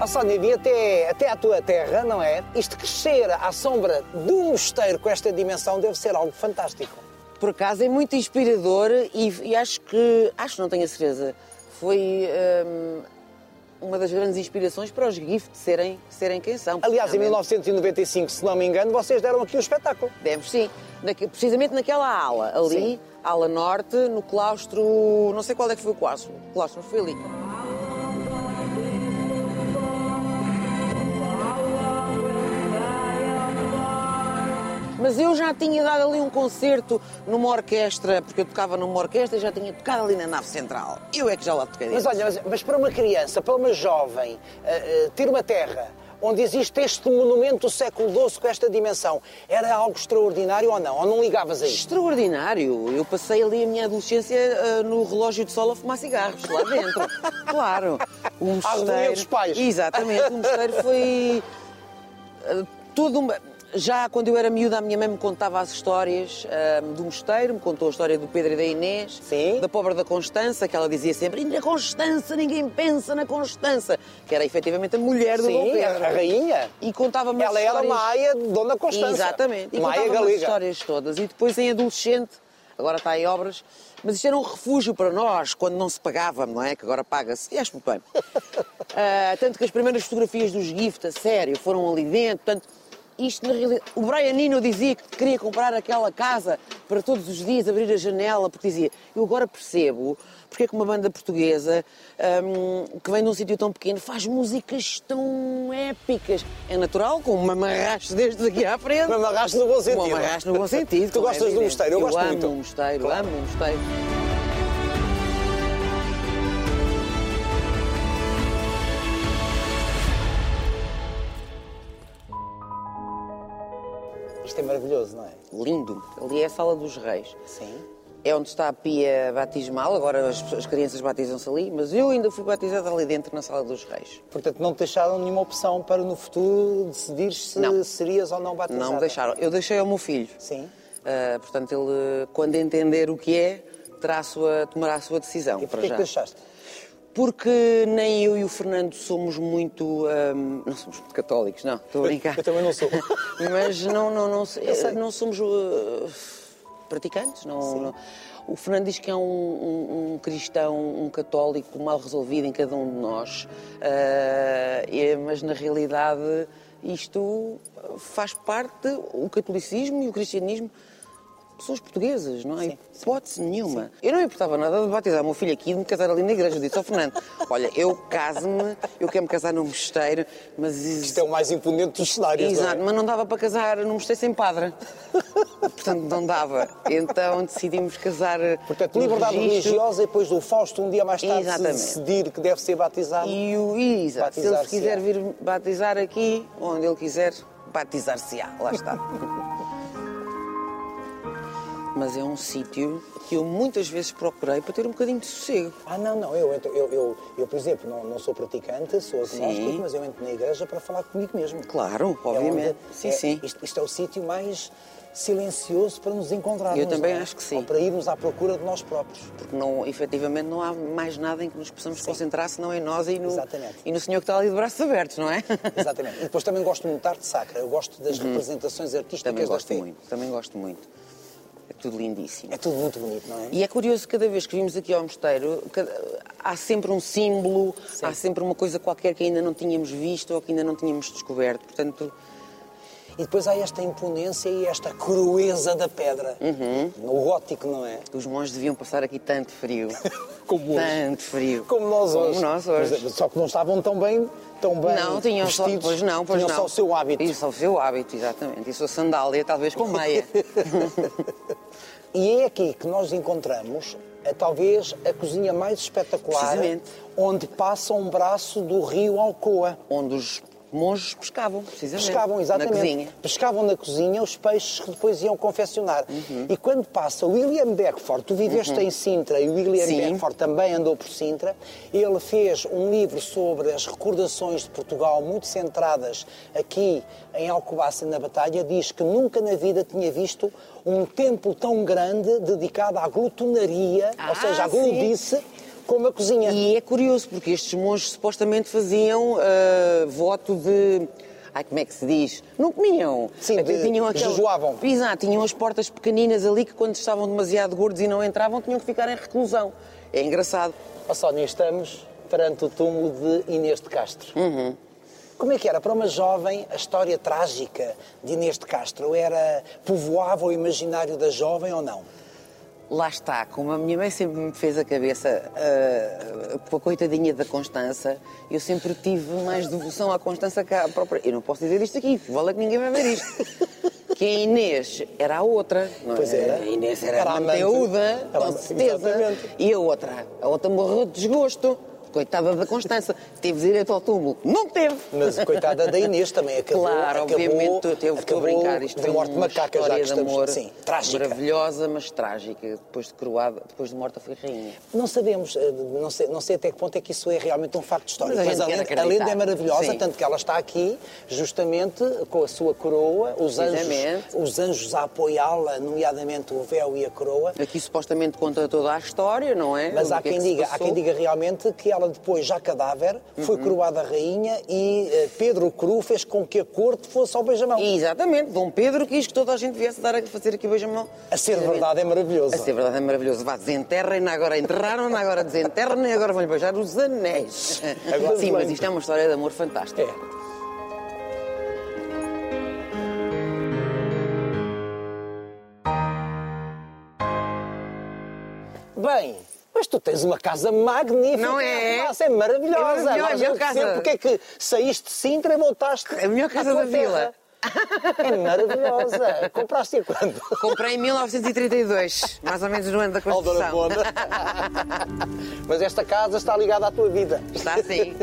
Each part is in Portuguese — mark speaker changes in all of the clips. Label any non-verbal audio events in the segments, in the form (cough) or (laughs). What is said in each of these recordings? Speaker 1: A Sónia até, até à tua terra, não é? Isto crescer à sombra de um mosteiro com esta dimensão deve ser algo fantástico.
Speaker 2: Por acaso é muito inspirador e, e acho que, acho não tenho a certeza, foi hum, uma das grandes inspirações para os GIFT serem, serem quem são.
Speaker 1: Aliás, em
Speaker 2: Realmente,
Speaker 1: 1995, se não me engano, vocês deram aqui um espetáculo.
Speaker 2: Demos, sim. Naque- precisamente naquela ala, ali,
Speaker 1: Sim.
Speaker 2: ala norte, no claustro. Não sei qual é que foi o claustro. O claustro não foi ali. Mas eu já tinha dado ali um concerto numa orquestra, porque eu tocava numa orquestra e já tinha tocado ali na nave central. Eu é que já lá toquei.
Speaker 1: Mas olha, mas, mas para uma criança, para uma jovem, eh, eh, ter uma terra onde existe este monumento do século XII com esta dimensão, era algo extraordinário ou não? Ou não ligavas a isto?
Speaker 2: Extraordinário! Eu passei ali a minha adolescência ah, no relógio de sol a fumar cigarros, lá
Speaker 1: (laughs)
Speaker 2: dentro. claro! O
Speaker 1: harmonia dos Ah, pais.
Speaker 2: Exatamente, o mosteiro foi. ah, tudo uma- Já quando eu era miúda, a minha mãe me contava as histórias ah, do mosteiro, me contou a história do Pedro e da Inês,
Speaker 1: Sim.
Speaker 2: da pobre da Constança, que ela dizia sempre: e na Constança, ninguém pensa na Constança, que era efetivamente a mulher do Dom
Speaker 1: Sim, a
Speaker 2: Pedro.
Speaker 1: a rainha.
Speaker 2: E contava-me as
Speaker 1: Ela era
Speaker 2: histórias-
Speaker 1: Maia de Dona Constança.
Speaker 2: Exatamente. E
Speaker 1: Maia
Speaker 2: contava as
Speaker 1: Galiga.
Speaker 2: histórias todas. E depois em adolescente, agora está em obras, mas isto era um refúgio para nós, quando não se pagava, não é? Que agora paga-se. E acho muito bem. Ah, tanto que as primeiras fotografias dos GIFT, a sério, foram ali dentro. Portanto, isto na realidade... O Brian Nino dizia que queria comprar aquela casa para todos os dias abrir a janela, porque dizia, eu agora percebo porque é que uma banda portuguesa hum, que vem de um sítio tão pequeno faz músicas tão épicas. É natural, com uma marraste desde aqui à frente.
Speaker 1: Um amarraste no bom sentido.
Speaker 2: Um amarraste no bom sentido.
Speaker 1: Tu
Speaker 2: como é
Speaker 1: gostas do
Speaker 2: evidente.
Speaker 1: mosteiro, eu gosto
Speaker 2: amo
Speaker 1: muito.
Speaker 2: o mosteiro,
Speaker 1: Claro.
Speaker 2: amo o mosteiro.
Speaker 1: Isto é maravilhoso, não é?
Speaker 2: Lindo. Ali é a sala dos reis.
Speaker 1: Sim.
Speaker 2: É onde está a pia batismal, agora as, as crianças batizam-se ali, mas eu ainda fui batizada ali dentro, na sala dos reis.
Speaker 1: Portanto, não te deixaram nenhuma opção para no futuro decidir se
Speaker 2: Não.
Speaker 1: serias ou não batizada.
Speaker 2: Não me deixaram. Eu deixei ao meu filho.
Speaker 1: Sim.
Speaker 2: Ah, portanto, ele, quando entender o que é, terá a sua, tomará a sua decisão.
Speaker 1: E
Speaker 2: para
Speaker 1: porquê
Speaker 2: já.
Speaker 1: que deixaste?
Speaker 2: Porque nem eu e o Fernando somos muito. ahm, não somos muito católicos, não, estou a
Speaker 1: (laughs)
Speaker 2: brincar.
Speaker 1: Eu também não sou.
Speaker 2: (laughs) Mas não, não, não,
Speaker 1: sei.
Speaker 2: não somos ah, praticantes. Não, não. O Fernando diz que é um, um- um cristão, um católico mal resolvido em cada um de nós. Ah, é, mas na realidade isto faz parte, o catolicismo e o cristianismo. Pessoas portuguesas, não é? há hipótese nenhuma. Eu não importava nada de batizar o meu filho aqui e de me casar ali na igreja. Eu disse ao Fernando: (laughs) Olha, eu caso-me, eu quero me casar num mosteiro, mas
Speaker 1: Isto é o mais imponente dos cenários,
Speaker 2: Exato,
Speaker 1: não é?
Speaker 2: mas não dava para casar num mosteiro sem padre. (laughs) Portanto, não dava. Então decidimos casar.
Speaker 1: Portanto,
Speaker 2: no
Speaker 1: liberdade
Speaker 2: registro.
Speaker 1: religiosa e depois do Fausto, um dia mais tarde, se
Speaker 2: Exatamente.
Speaker 1: decidir que deve ser batizado.
Speaker 2: E o e, exato, se ele se
Speaker 1: Batizar-se-á.
Speaker 2: quiser vir batizar aqui, onde ele quiser, batizar-se-á. Lá está. (laughs) mas é um sítio que eu muitas vezes procurei para ter um bocadinho de sossego.
Speaker 1: Ah, não, não, eu, entro, eu, eu, eu, por exemplo, não, não sou praticante, sou agnóstico, mas eu entro na igreja para falar comigo mesmo.
Speaker 2: Claro,
Speaker 1: É onde-
Speaker 2: obviamente. sim,
Speaker 1: é-
Speaker 2: sim.
Speaker 1: Isto, isto é o sítio mais silencioso para nos encontrarmos.
Speaker 2: Eu também
Speaker 1: não é?
Speaker 2: acho que sim.
Speaker 1: Ou para irmos à procura de nós próprios.
Speaker 2: Porque não, efetivamente não há mais nada em que nos possamos concentrar senão em nós e no,
Speaker 1: Exatamente.
Speaker 2: e no senhor que está ali de braços
Speaker 1: (laughs)
Speaker 2: abertos, não é?
Speaker 1: Exatamente. E depois também gosto muito da arte sacra. Eu gosto das representações artísticas
Speaker 2: Uhum. Também
Speaker 1: da
Speaker 2: gosto
Speaker 1: fé.
Speaker 2: muito, também gosto muito. É tudo lindíssimo.
Speaker 1: É tudo muito bonito, não é?
Speaker 2: E é curioso, cada vez que vimos aqui ao mosteiro, cada- há sempre um símbolo, há sempre uma coisa qualquer que ainda não tínhamos visto ou que ainda não tínhamos descoberto. Portanto,
Speaker 1: E depois há esta imponência e esta crueza da pedra.
Speaker 2: Uhum.
Speaker 1: No gótico, não é?
Speaker 2: os monges deviam passar aqui tanto
Speaker 1: (laughs)
Speaker 2: frio.
Speaker 1: Como hoje.
Speaker 2: tanto frio.
Speaker 1: Como nós hoje.
Speaker 2: Como nós hoje.
Speaker 1: Mas, só que não estavam tão bem, tão bem
Speaker 2: Não, tinham só,
Speaker 1: vestidos.
Speaker 2: pois não, pois
Speaker 1: tinham
Speaker 2: não.
Speaker 1: só o seu hábito.
Speaker 2: E só o seu hábito, exatamente. E a sua sandália, talvez com meia.
Speaker 1: E é aqui que nós encontramos, eh, talvez, a cozinha mais espetacular.
Speaker 2: Precisamente.
Speaker 1: Onde passa um braço do rio Alcoa.
Speaker 2: onde os monges pescavam, precisamente.
Speaker 1: Pescavam, exatamente.
Speaker 2: Na cozinha.
Speaker 1: Pescavam na cozinha os peixes que depois iam confeccionar.
Speaker 2: Uhum.
Speaker 1: E quando passa William Beckford, tu viveste em Sintra e o William
Speaker 2: Sim.
Speaker 1: Beckford também andou por Sintra, ele fez um livro sobre as recordações de Portugal, muito centradas aqui em Alcobaça, na Batalha, diz que nunca na vida tinha visto um templo tão grande dedicado à glutonaria, ou
Speaker 2: Ah,
Speaker 1: seja, à
Speaker 2: sim.
Speaker 1: gludice, como a cozinha.
Speaker 2: E é curioso, porque estes monges supostamente faziam ah, voto de. Ai, como é que se diz? Não comiam.
Speaker 1: Sim,
Speaker 2: Aquilo-
Speaker 1: de- jejuavam.
Speaker 2: Exato, tinham as portas pequeninas ali que, quando estavam demasiado gordos e não entravam, tinham que ficar em reclusão. É engraçado.
Speaker 1: Ó Sónia, estamos perante o túmulo de Inês de Castro.
Speaker 2: Uhum.
Speaker 1: Como é que era para uma jovem a história trágica de Inês de Castro? Era povoava o imaginário da jovem ou não?
Speaker 2: Lá está, como a minha mãe sempre me fez a cabeça ah, com a coitadinha da Constança, eu sempre tive mais devoção à Constança que à própria. Eu não posso dizer isto aqui, vale que ninguém vai ver isto. Que a Inês era a outra. não é?
Speaker 1: Pois era.
Speaker 2: A Inês era,
Speaker 1: Era
Speaker 2: a
Speaker 1: a
Speaker 2: Manteúda,
Speaker 1: amante. Era a-
Speaker 2: com certeza.
Speaker 1: exatamente.
Speaker 2: E a outra? A outra morreu de desgosto. Coitada da Constança. Teve direito ao túmulo. Não teve.
Speaker 1: Mas coitada da Inês também acabou.
Speaker 2: Claro,
Speaker 1: acabou,
Speaker 2: obviamente, eu teve que
Speaker 1: acabou
Speaker 2: brincar. Isto
Speaker 1: de
Speaker 2: é
Speaker 1: morte
Speaker 2: uma
Speaker 1: macaca, já que
Speaker 2: história de
Speaker 1: estamos.
Speaker 2: amor
Speaker 1: Sim, trágica.
Speaker 2: maravilhosa, mas trágica. Depois de coroada, depois de morta foi rainha.
Speaker 1: Não sabemos, eh, não sei, não sei até que ponto é que isso é realmente um facto histórico.
Speaker 2: Mas a
Speaker 1: Mas,
Speaker 2: gente
Speaker 1: a,
Speaker 2: quer
Speaker 1: lenda, a
Speaker 2: acreditar.
Speaker 1: lenda é maravilhosa,
Speaker 2: Sim.
Speaker 1: tanto que ela está aqui justamente com a sua coroa, os anjos,
Speaker 2: Precisamente.
Speaker 1: os anjos a apoiá-la, nomeadamente o véu e a coroa.
Speaker 2: Aqui supostamente conta toda a história, não é?
Speaker 1: Mas
Speaker 2: Do
Speaker 1: há
Speaker 2: Hum, que é
Speaker 1: quem,
Speaker 2: que se
Speaker 1: diga, há
Speaker 2: passou. Uhum.
Speaker 1: quem diga realmente que ela depois, já cadáver, foi coroada rainha e eh, Pedro Cru fez com que a corte fosse ao beijamão.
Speaker 2: E, Exatamente, Dom Pedro quis que toda a gente viesse dar a fazer aqui o beijamão.
Speaker 1: A ser
Speaker 2: Precisamente.
Speaker 1: verdade é maravilhoso.
Speaker 2: A ser verdade é maravilhoso. Vá, desenterrem, agora enterraram, agora desenterrem, agora vão beijar os anéis.
Speaker 1: Agora
Speaker 2: Sim, mas
Speaker 1: lembro.
Speaker 2: isto é uma história de amor fantástica.
Speaker 1: É. É. Bem, mas tu tens uma casa magnífica.
Speaker 2: Não é?
Speaker 1: Nossa, é maravilhosa.
Speaker 2: É maravilhosa,
Speaker 1: Agora
Speaker 2: é
Speaker 1: já
Speaker 2: a melhor casa.
Speaker 1: percebo Porque é que saíste de Sintra e voltaste
Speaker 2: É a melhor
Speaker 1: à
Speaker 2: casa
Speaker 1: tua
Speaker 2: da vila.
Speaker 1: terra. É maravilhosa. Compraste-a quando?
Speaker 2: Comprei em 1932, mais ou menos no ano da
Speaker 1: Aldona
Speaker 2: Constituição.
Speaker 1: Bona. (laughs) Mas esta casa está ligada à tua vida.
Speaker 2: Está assim.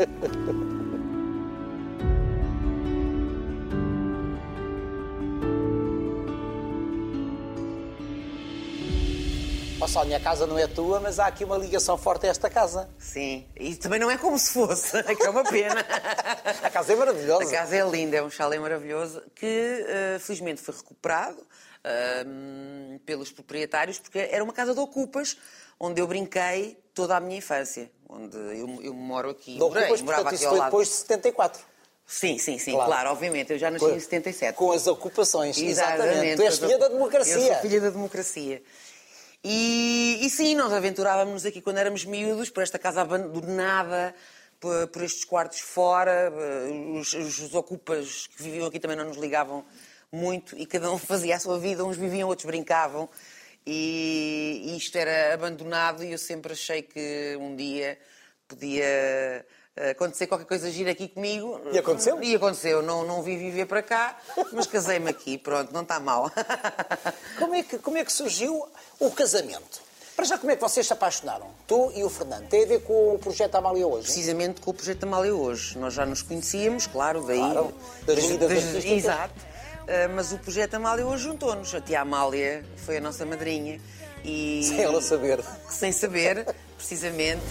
Speaker 1: Ó Sónia, a casa não é tua, mas há aqui uma ligação forte a esta casa.
Speaker 2: Sim. E também não é como se fosse, (laughs) que é uma pena.
Speaker 1: A casa é maravilhosa.
Speaker 2: A casa é linda, é um chalé maravilhoso que eh, felizmente foi recuperado ahm, pelos proprietários, porque era uma casa de ocupas onde eu brinquei toda a minha infância, onde eu, eu moro aqui.
Speaker 1: Não,
Speaker 2: morei,
Speaker 1: depois,
Speaker 2: morava
Speaker 1: portanto,
Speaker 2: aqui
Speaker 1: isso
Speaker 2: ao
Speaker 1: foi
Speaker 2: lado.
Speaker 1: depois de 74.
Speaker 2: Sim, sim, sim,
Speaker 1: Claro.
Speaker 2: claro, obviamente. Eu já nasci em 77.
Speaker 1: Com as ocupações, exatamente. Tu és
Speaker 2: Eu sou-
Speaker 1: filha da
Speaker 2: Eu sou
Speaker 1: democracia.
Speaker 2: filha da democracia. E, e sim, nós aventurávamos-nos aqui quando éramos miúdos, por esta casa abandonada, por, por estes quartos fora. eh, Os, os ocupas que viviam aqui também não nos ligavam muito e cada um (laughs) fazia a sua vida, uns viviam, outros brincavam. E, e isto era abandonado e eu sempre achei que um dia podia eh, acontecer qualquer coisa gira aqui comigo.
Speaker 1: E aconteceu?
Speaker 2: E aconteceu. Não, não vim viver para cá, mas casei-me aqui. Pronto, não está mal. (laughs)
Speaker 1: Como é, que, como é que surgiu o casamento? Para já, como é que vocês se apaixonaram? Tu e o Fernando. Tem a ver com o projeto Amália hoje? hein?
Speaker 2: precisamente com o projeto Amália hoje. Nós já nos conhecíamos, claro, daí.
Speaker 1: Claro, das vidas artísticas.
Speaker 2: Exato. Ah, mas o projeto Amália hoje juntou-nos. A tia Amália foi a nossa madrinha. E,
Speaker 1: Sem ela saber.
Speaker 2: Sem saber, precisamente.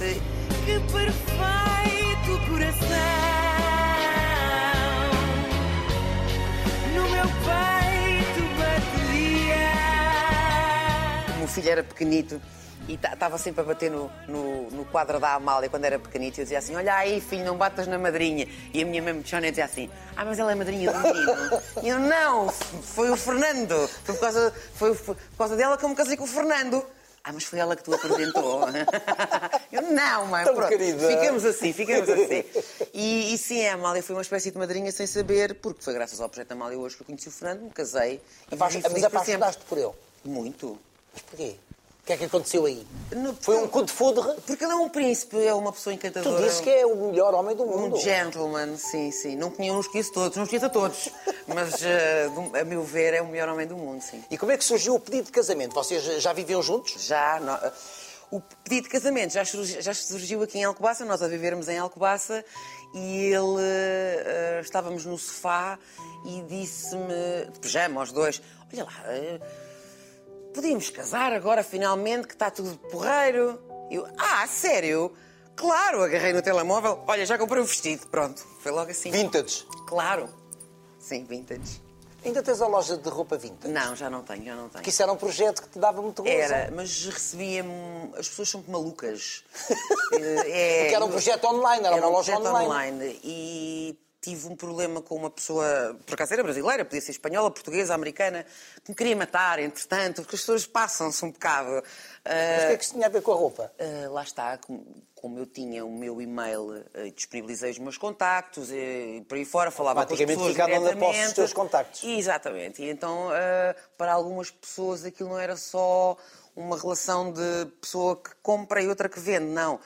Speaker 3: Que perfeito coração no meu peito bateria.
Speaker 2: O meu filho era pequenito e estava sempre a bater no, no, no quadro da Amália quando era pequenito. Eu dizia assim: Olha aí, filho, não batas na madrinha. E a minha mãe me chama e dizia assim: Ah, mas ela é madrinha do menino. E eu: Não, f- foi o Fernando. Foi por causa, foi, foi por causa dela que eu me casei com o Fernando. Ah, mas foi ela que tu apresentou. (laughs) Eu, não, mãe,
Speaker 1: Tão
Speaker 2: pronto.
Speaker 1: querida.
Speaker 2: Ficamos assim, ficamos assim. E, e sim, a Amália foi uma espécie de madrinha sem saber, porque foi graças ao projeto Amália hoje que eu conheci o Fernando, me casei. E
Speaker 1: Mas é
Speaker 2: vivi feliz para sempre.
Speaker 1: apaixonaste por ele.
Speaker 2: Muito.
Speaker 1: Mas porquê? O que é que aconteceu aí?
Speaker 2: Não,
Speaker 1: Foi um coup de foudre?
Speaker 2: Porque ele é um príncipe, é uma pessoa
Speaker 1: Tu
Speaker 2: encantadora.
Speaker 1: disse que é o melhor homem do
Speaker 2: um
Speaker 1: mundo.
Speaker 2: gentleman, sim, sim. Não conheço, não esqueço todos, não esqueço a todos. Mas, eh, do- a meu ver, é o melhor homem do mundo, sim.
Speaker 1: E como é que surgiu o pedido de casamento? Vocês já viviam juntos?
Speaker 2: Já. no- o pedido de casamento já surgiu, já surgiu aqui em Alcobaça, nós a vivermos em Alcobaça e ele. eh, estávamos no sofá e disse-me, de pijama, aos dois: Olha lá, eh, podíamos casar agora finalmente, que está tudo porreiro. Eu, ah, sério? Claro, agarrei no telemóvel. Olha, já comprei o vestido, pronto. Foi logo assim.
Speaker 1: Vintage.
Speaker 2: Claro. Sim, vintage.
Speaker 1: Ainda tens a loja de roupa vintage?
Speaker 2: Não, já não tenho, já não tenho.
Speaker 1: Que isso era um projeto que te dava muito gozo.
Speaker 2: Era, mas recebia-me. As pessoas são que malucas. Eh, é,
Speaker 1: Porque era um projeto online, era,
Speaker 2: Era
Speaker 1: uma
Speaker 2: um
Speaker 1: loja
Speaker 2: projeto
Speaker 1: online.
Speaker 2: online. E tive um problema com uma pessoa, por acaso era brasileira, podia ser espanhola, portuguesa, americana, que me queria matar, entretanto, porque as pessoas passam-se um bocado. Ah,
Speaker 1: Mas o que é que isso tinha a ver com a roupa?
Speaker 2: ah, lá está, com- como eu tinha o meu e-mail, ah, disponibilizei os meus contactos, eh, e por aí fora falava com as
Speaker 1: Ah, Automaticamente
Speaker 2: pessoas
Speaker 1: ficaram na posse dos
Speaker 2: diretamente.
Speaker 1: teus contactos.
Speaker 2: Exatamente. E então, ah, para algumas pessoas, aquilo não era só uma relação de pessoa que compra e outra que vende, não.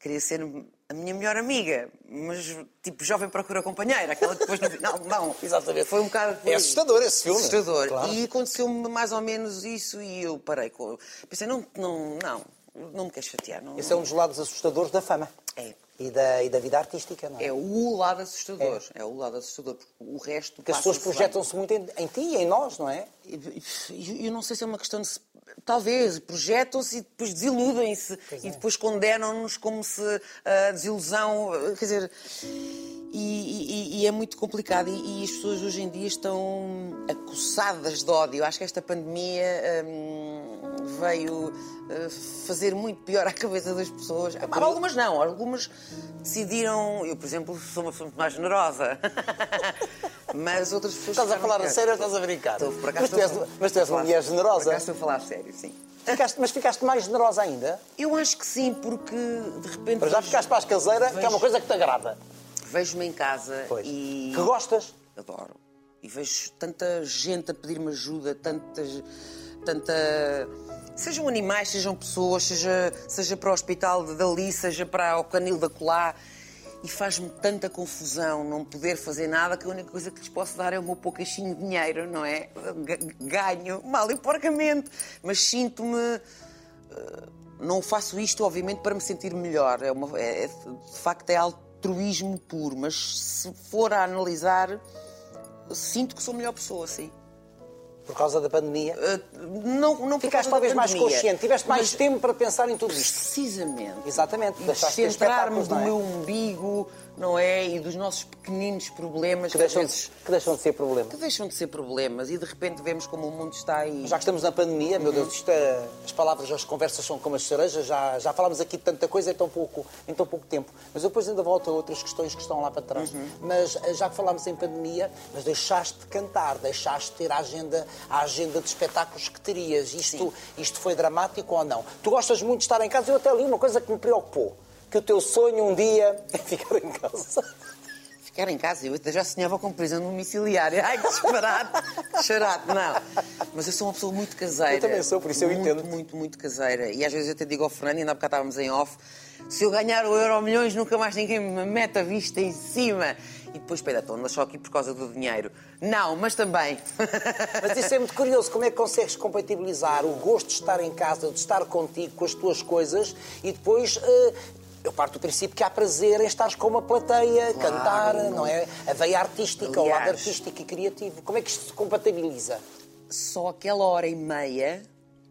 Speaker 2: Queria ser a minha melhor amiga, mas tipo jovem procura companheira, aquela que depois no final. Não,
Speaker 1: Exatamente.
Speaker 2: Foi um bocado. por
Speaker 1: É
Speaker 2: aí.
Speaker 1: assustador esse filme.
Speaker 2: Assustador.
Speaker 1: Claro.
Speaker 2: E aconteceu-me mais ou menos isso e eu parei com. Pensei, não, não, não, não me quero chatear. Não,
Speaker 1: Esse é um dos lados assustadores da fama.
Speaker 2: É.
Speaker 1: E da, e da vida artística, não é?
Speaker 2: É o lado assustador. É, o lado assustador, porque o resto.
Speaker 1: Porque as pessoas projetam-se muito em, em ti e em nós, não é?
Speaker 2: Eu, eu não sei se é uma questão de. se- Talvez, projetam-se e depois desiludem-se
Speaker 1: é.
Speaker 2: e depois condenam-nos como se a desilusão. ah, Quer dizer. E, e- e é muito complicado. E, e as pessoas hoje em dia estão acossadas de ódio. Acho que esta pandemia hum, veio eh, fazer muito pior à cabeça das pessoas. Ah, Algumas não, algumas decidiram. Eu, por exemplo, sou uma pessoa muito mais generosa. (laughs) Mas outras pessoas.
Speaker 1: Estás a
Speaker 2: ficaram
Speaker 1: falar a
Speaker 2: quietas.
Speaker 1: sério ou estás a brincar?
Speaker 2: Estou, por acaso,
Speaker 1: mas, tu és,
Speaker 2: estou a falar-
Speaker 1: mas tu és uma
Speaker 2: falar-
Speaker 1: mulher
Speaker 2: Por
Speaker 1: generosa.
Speaker 2: acaso estou a falar a sério, sim.
Speaker 1: Ficaste- mas ficaste mais generosa ainda?
Speaker 2: Eu acho que sim, porque de repente.
Speaker 1: Para já ficaste para as caseiras, que é uma
Speaker 2: Vejo-
Speaker 1: coisa que te agrada.
Speaker 2: Vejo-me em casa
Speaker 1: Pois.
Speaker 2: e.
Speaker 1: Que gostas?
Speaker 2: Adoro. E vejo tanta gente a pedir-me ajuda, tantas, tanta. Sejam animais, sejam pessoas, seja, seja para o hospital de Dali, seja para o canil da Colá. E faz-me tanta confusão não poder fazer nada que a única coisa que lhes posso dar é o meu pouquinho de dinheiro, não é? G- Ganho, mal e porcamente, mas sinto-me eh, não faço isto, obviamente, para me sentir melhor. É uma- é- é- de facto, é altruísmo puro, mas se for a analisar, sinto que sou a melhor pessoa, sim.
Speaker 1: Por causa da pandemia?
Speaker 2: Eh, Não, não por causa
Speaker 1: Ficaste
Speaker 2: da
Speaker 1: talvez mais
Speaker 2: pandemia,
Speaker 1: consciente, tiveste mais
Speaker 2: mas
Speaker 1: tempo para pensar em tudo isto.
Speaker 2: Precisamente.
Speaker 1: Exatamente.
Speaker 2: E
Speaker 1: Deixaste de ter
Speaker 2: descentrar-me
Speaker 1: espetáculos,
Speaker 2: do
Speaker 1: não é?
Speaker 2: meu umbigo, não é? E dos nossos pequeninos problemas
Speaker 1: Que deixam,
Speaker 2: às vezes,
Speaker 1: que deixam de ser problema.
Speaker 2: que deixam de ser problemas e de repente vemos como o mundo está aí.
Speaker 1: Já que estamos na pandemia, meu Deus, isto é- as palavras, as conversas são como as cerejas, já, já falámos aqui de tanta coisa em tão, pouco, em tão pouco tempo. Mas eu depois ainda volto a outras questões que estão lá para trás. Mas eh, já que falámos em pandemia, mas deixaste de cantar, deixaste de ter a agenda, a agenda de espetáculos que terias. Isto, isto foi dramático ou não? Tu gostas muito de estar em casa, eu até li uma coisa que me preocupou. Que o teu sonho um dia é (laughs) ficar em casa.
Speaker 2: Ficar em casa, eu até já sonhava com prisão domiciliária. Ai, que disparate, que charate, não. Mas eu sou uma pessoa muito caseira.
Speaker 1: Eu também sou, por isso eu
Speaker 2: muito,
Speaker 1: entendo.
Speaker 2: Muito, muito caseira. E às vezes eu até digo ao Fernando, ainda há bocado estávamos em off, se eu ganhar o euro milhões, nunca mais ninguém me mete a vista em cima. E depois, espera, então andas só aqui por causa do dinheiro. Não, mas também. (laughs)
Speaker 1: Mas isso é muito curioso, como é que consegues compatibilizar o gosto de estar em casa, de estar contigo, com as tuas coisas e depois. eh, eu parto do princípio que há prazer em estares com uma plateia, cantar, não é? A veia artística, o lado
Speaker 2: Aliás.
Speaker 1: artístico e criativo. Como é que isto se compatibiliza?
Speaker 2: só aquela hora e meia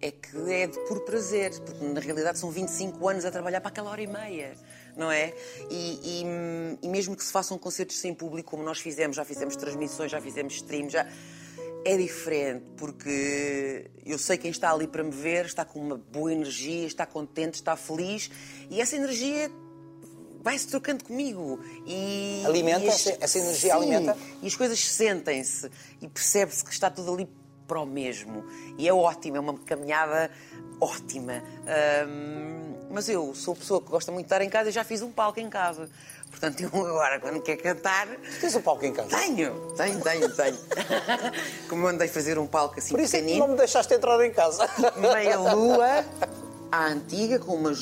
Speaker 2: é que é de puro prazer, porque na realidade são 25 anos a trabalhar para aquela hora e meia, não é? E, e, hum, e mesmo que se façam concertos sem público, como nós fizemos, já fizemos transmissões, já fizemos streams, já. É diferente, porque eu sei quem está ali para me ver, está com uma boa energia, está contente, está feliz, e essa energia vai-se trocando comigo. E,
Speaker 1: Alimenta
Speaker 2: e as-
Speaker 1: essa- essa energia
Speaker 2: Sim,
Speaker 1: alimenta?
Speaker 2: E as coisas sentem-se e percebe-se que está tudo ali para o mesmo. E é ótimo, é uma caminhada ótima. Ahm, mas eu sou pessoa que gosta muito de estar em casa e já fiz um palco em casa. Portanto, eu agora, quando quer cantar.
Speaker 1: Tens um palco em casa.
Speaker 2: Tenho, tenho, tenho, tenho. (laughs) Como andei fazer um palco assim
Speaker 1: Por isso é que
Speaker 2: pequenino,
Speaker 1: não me deixaste entrar em casa.
Speaker 2: meia lua, à antiga, com umas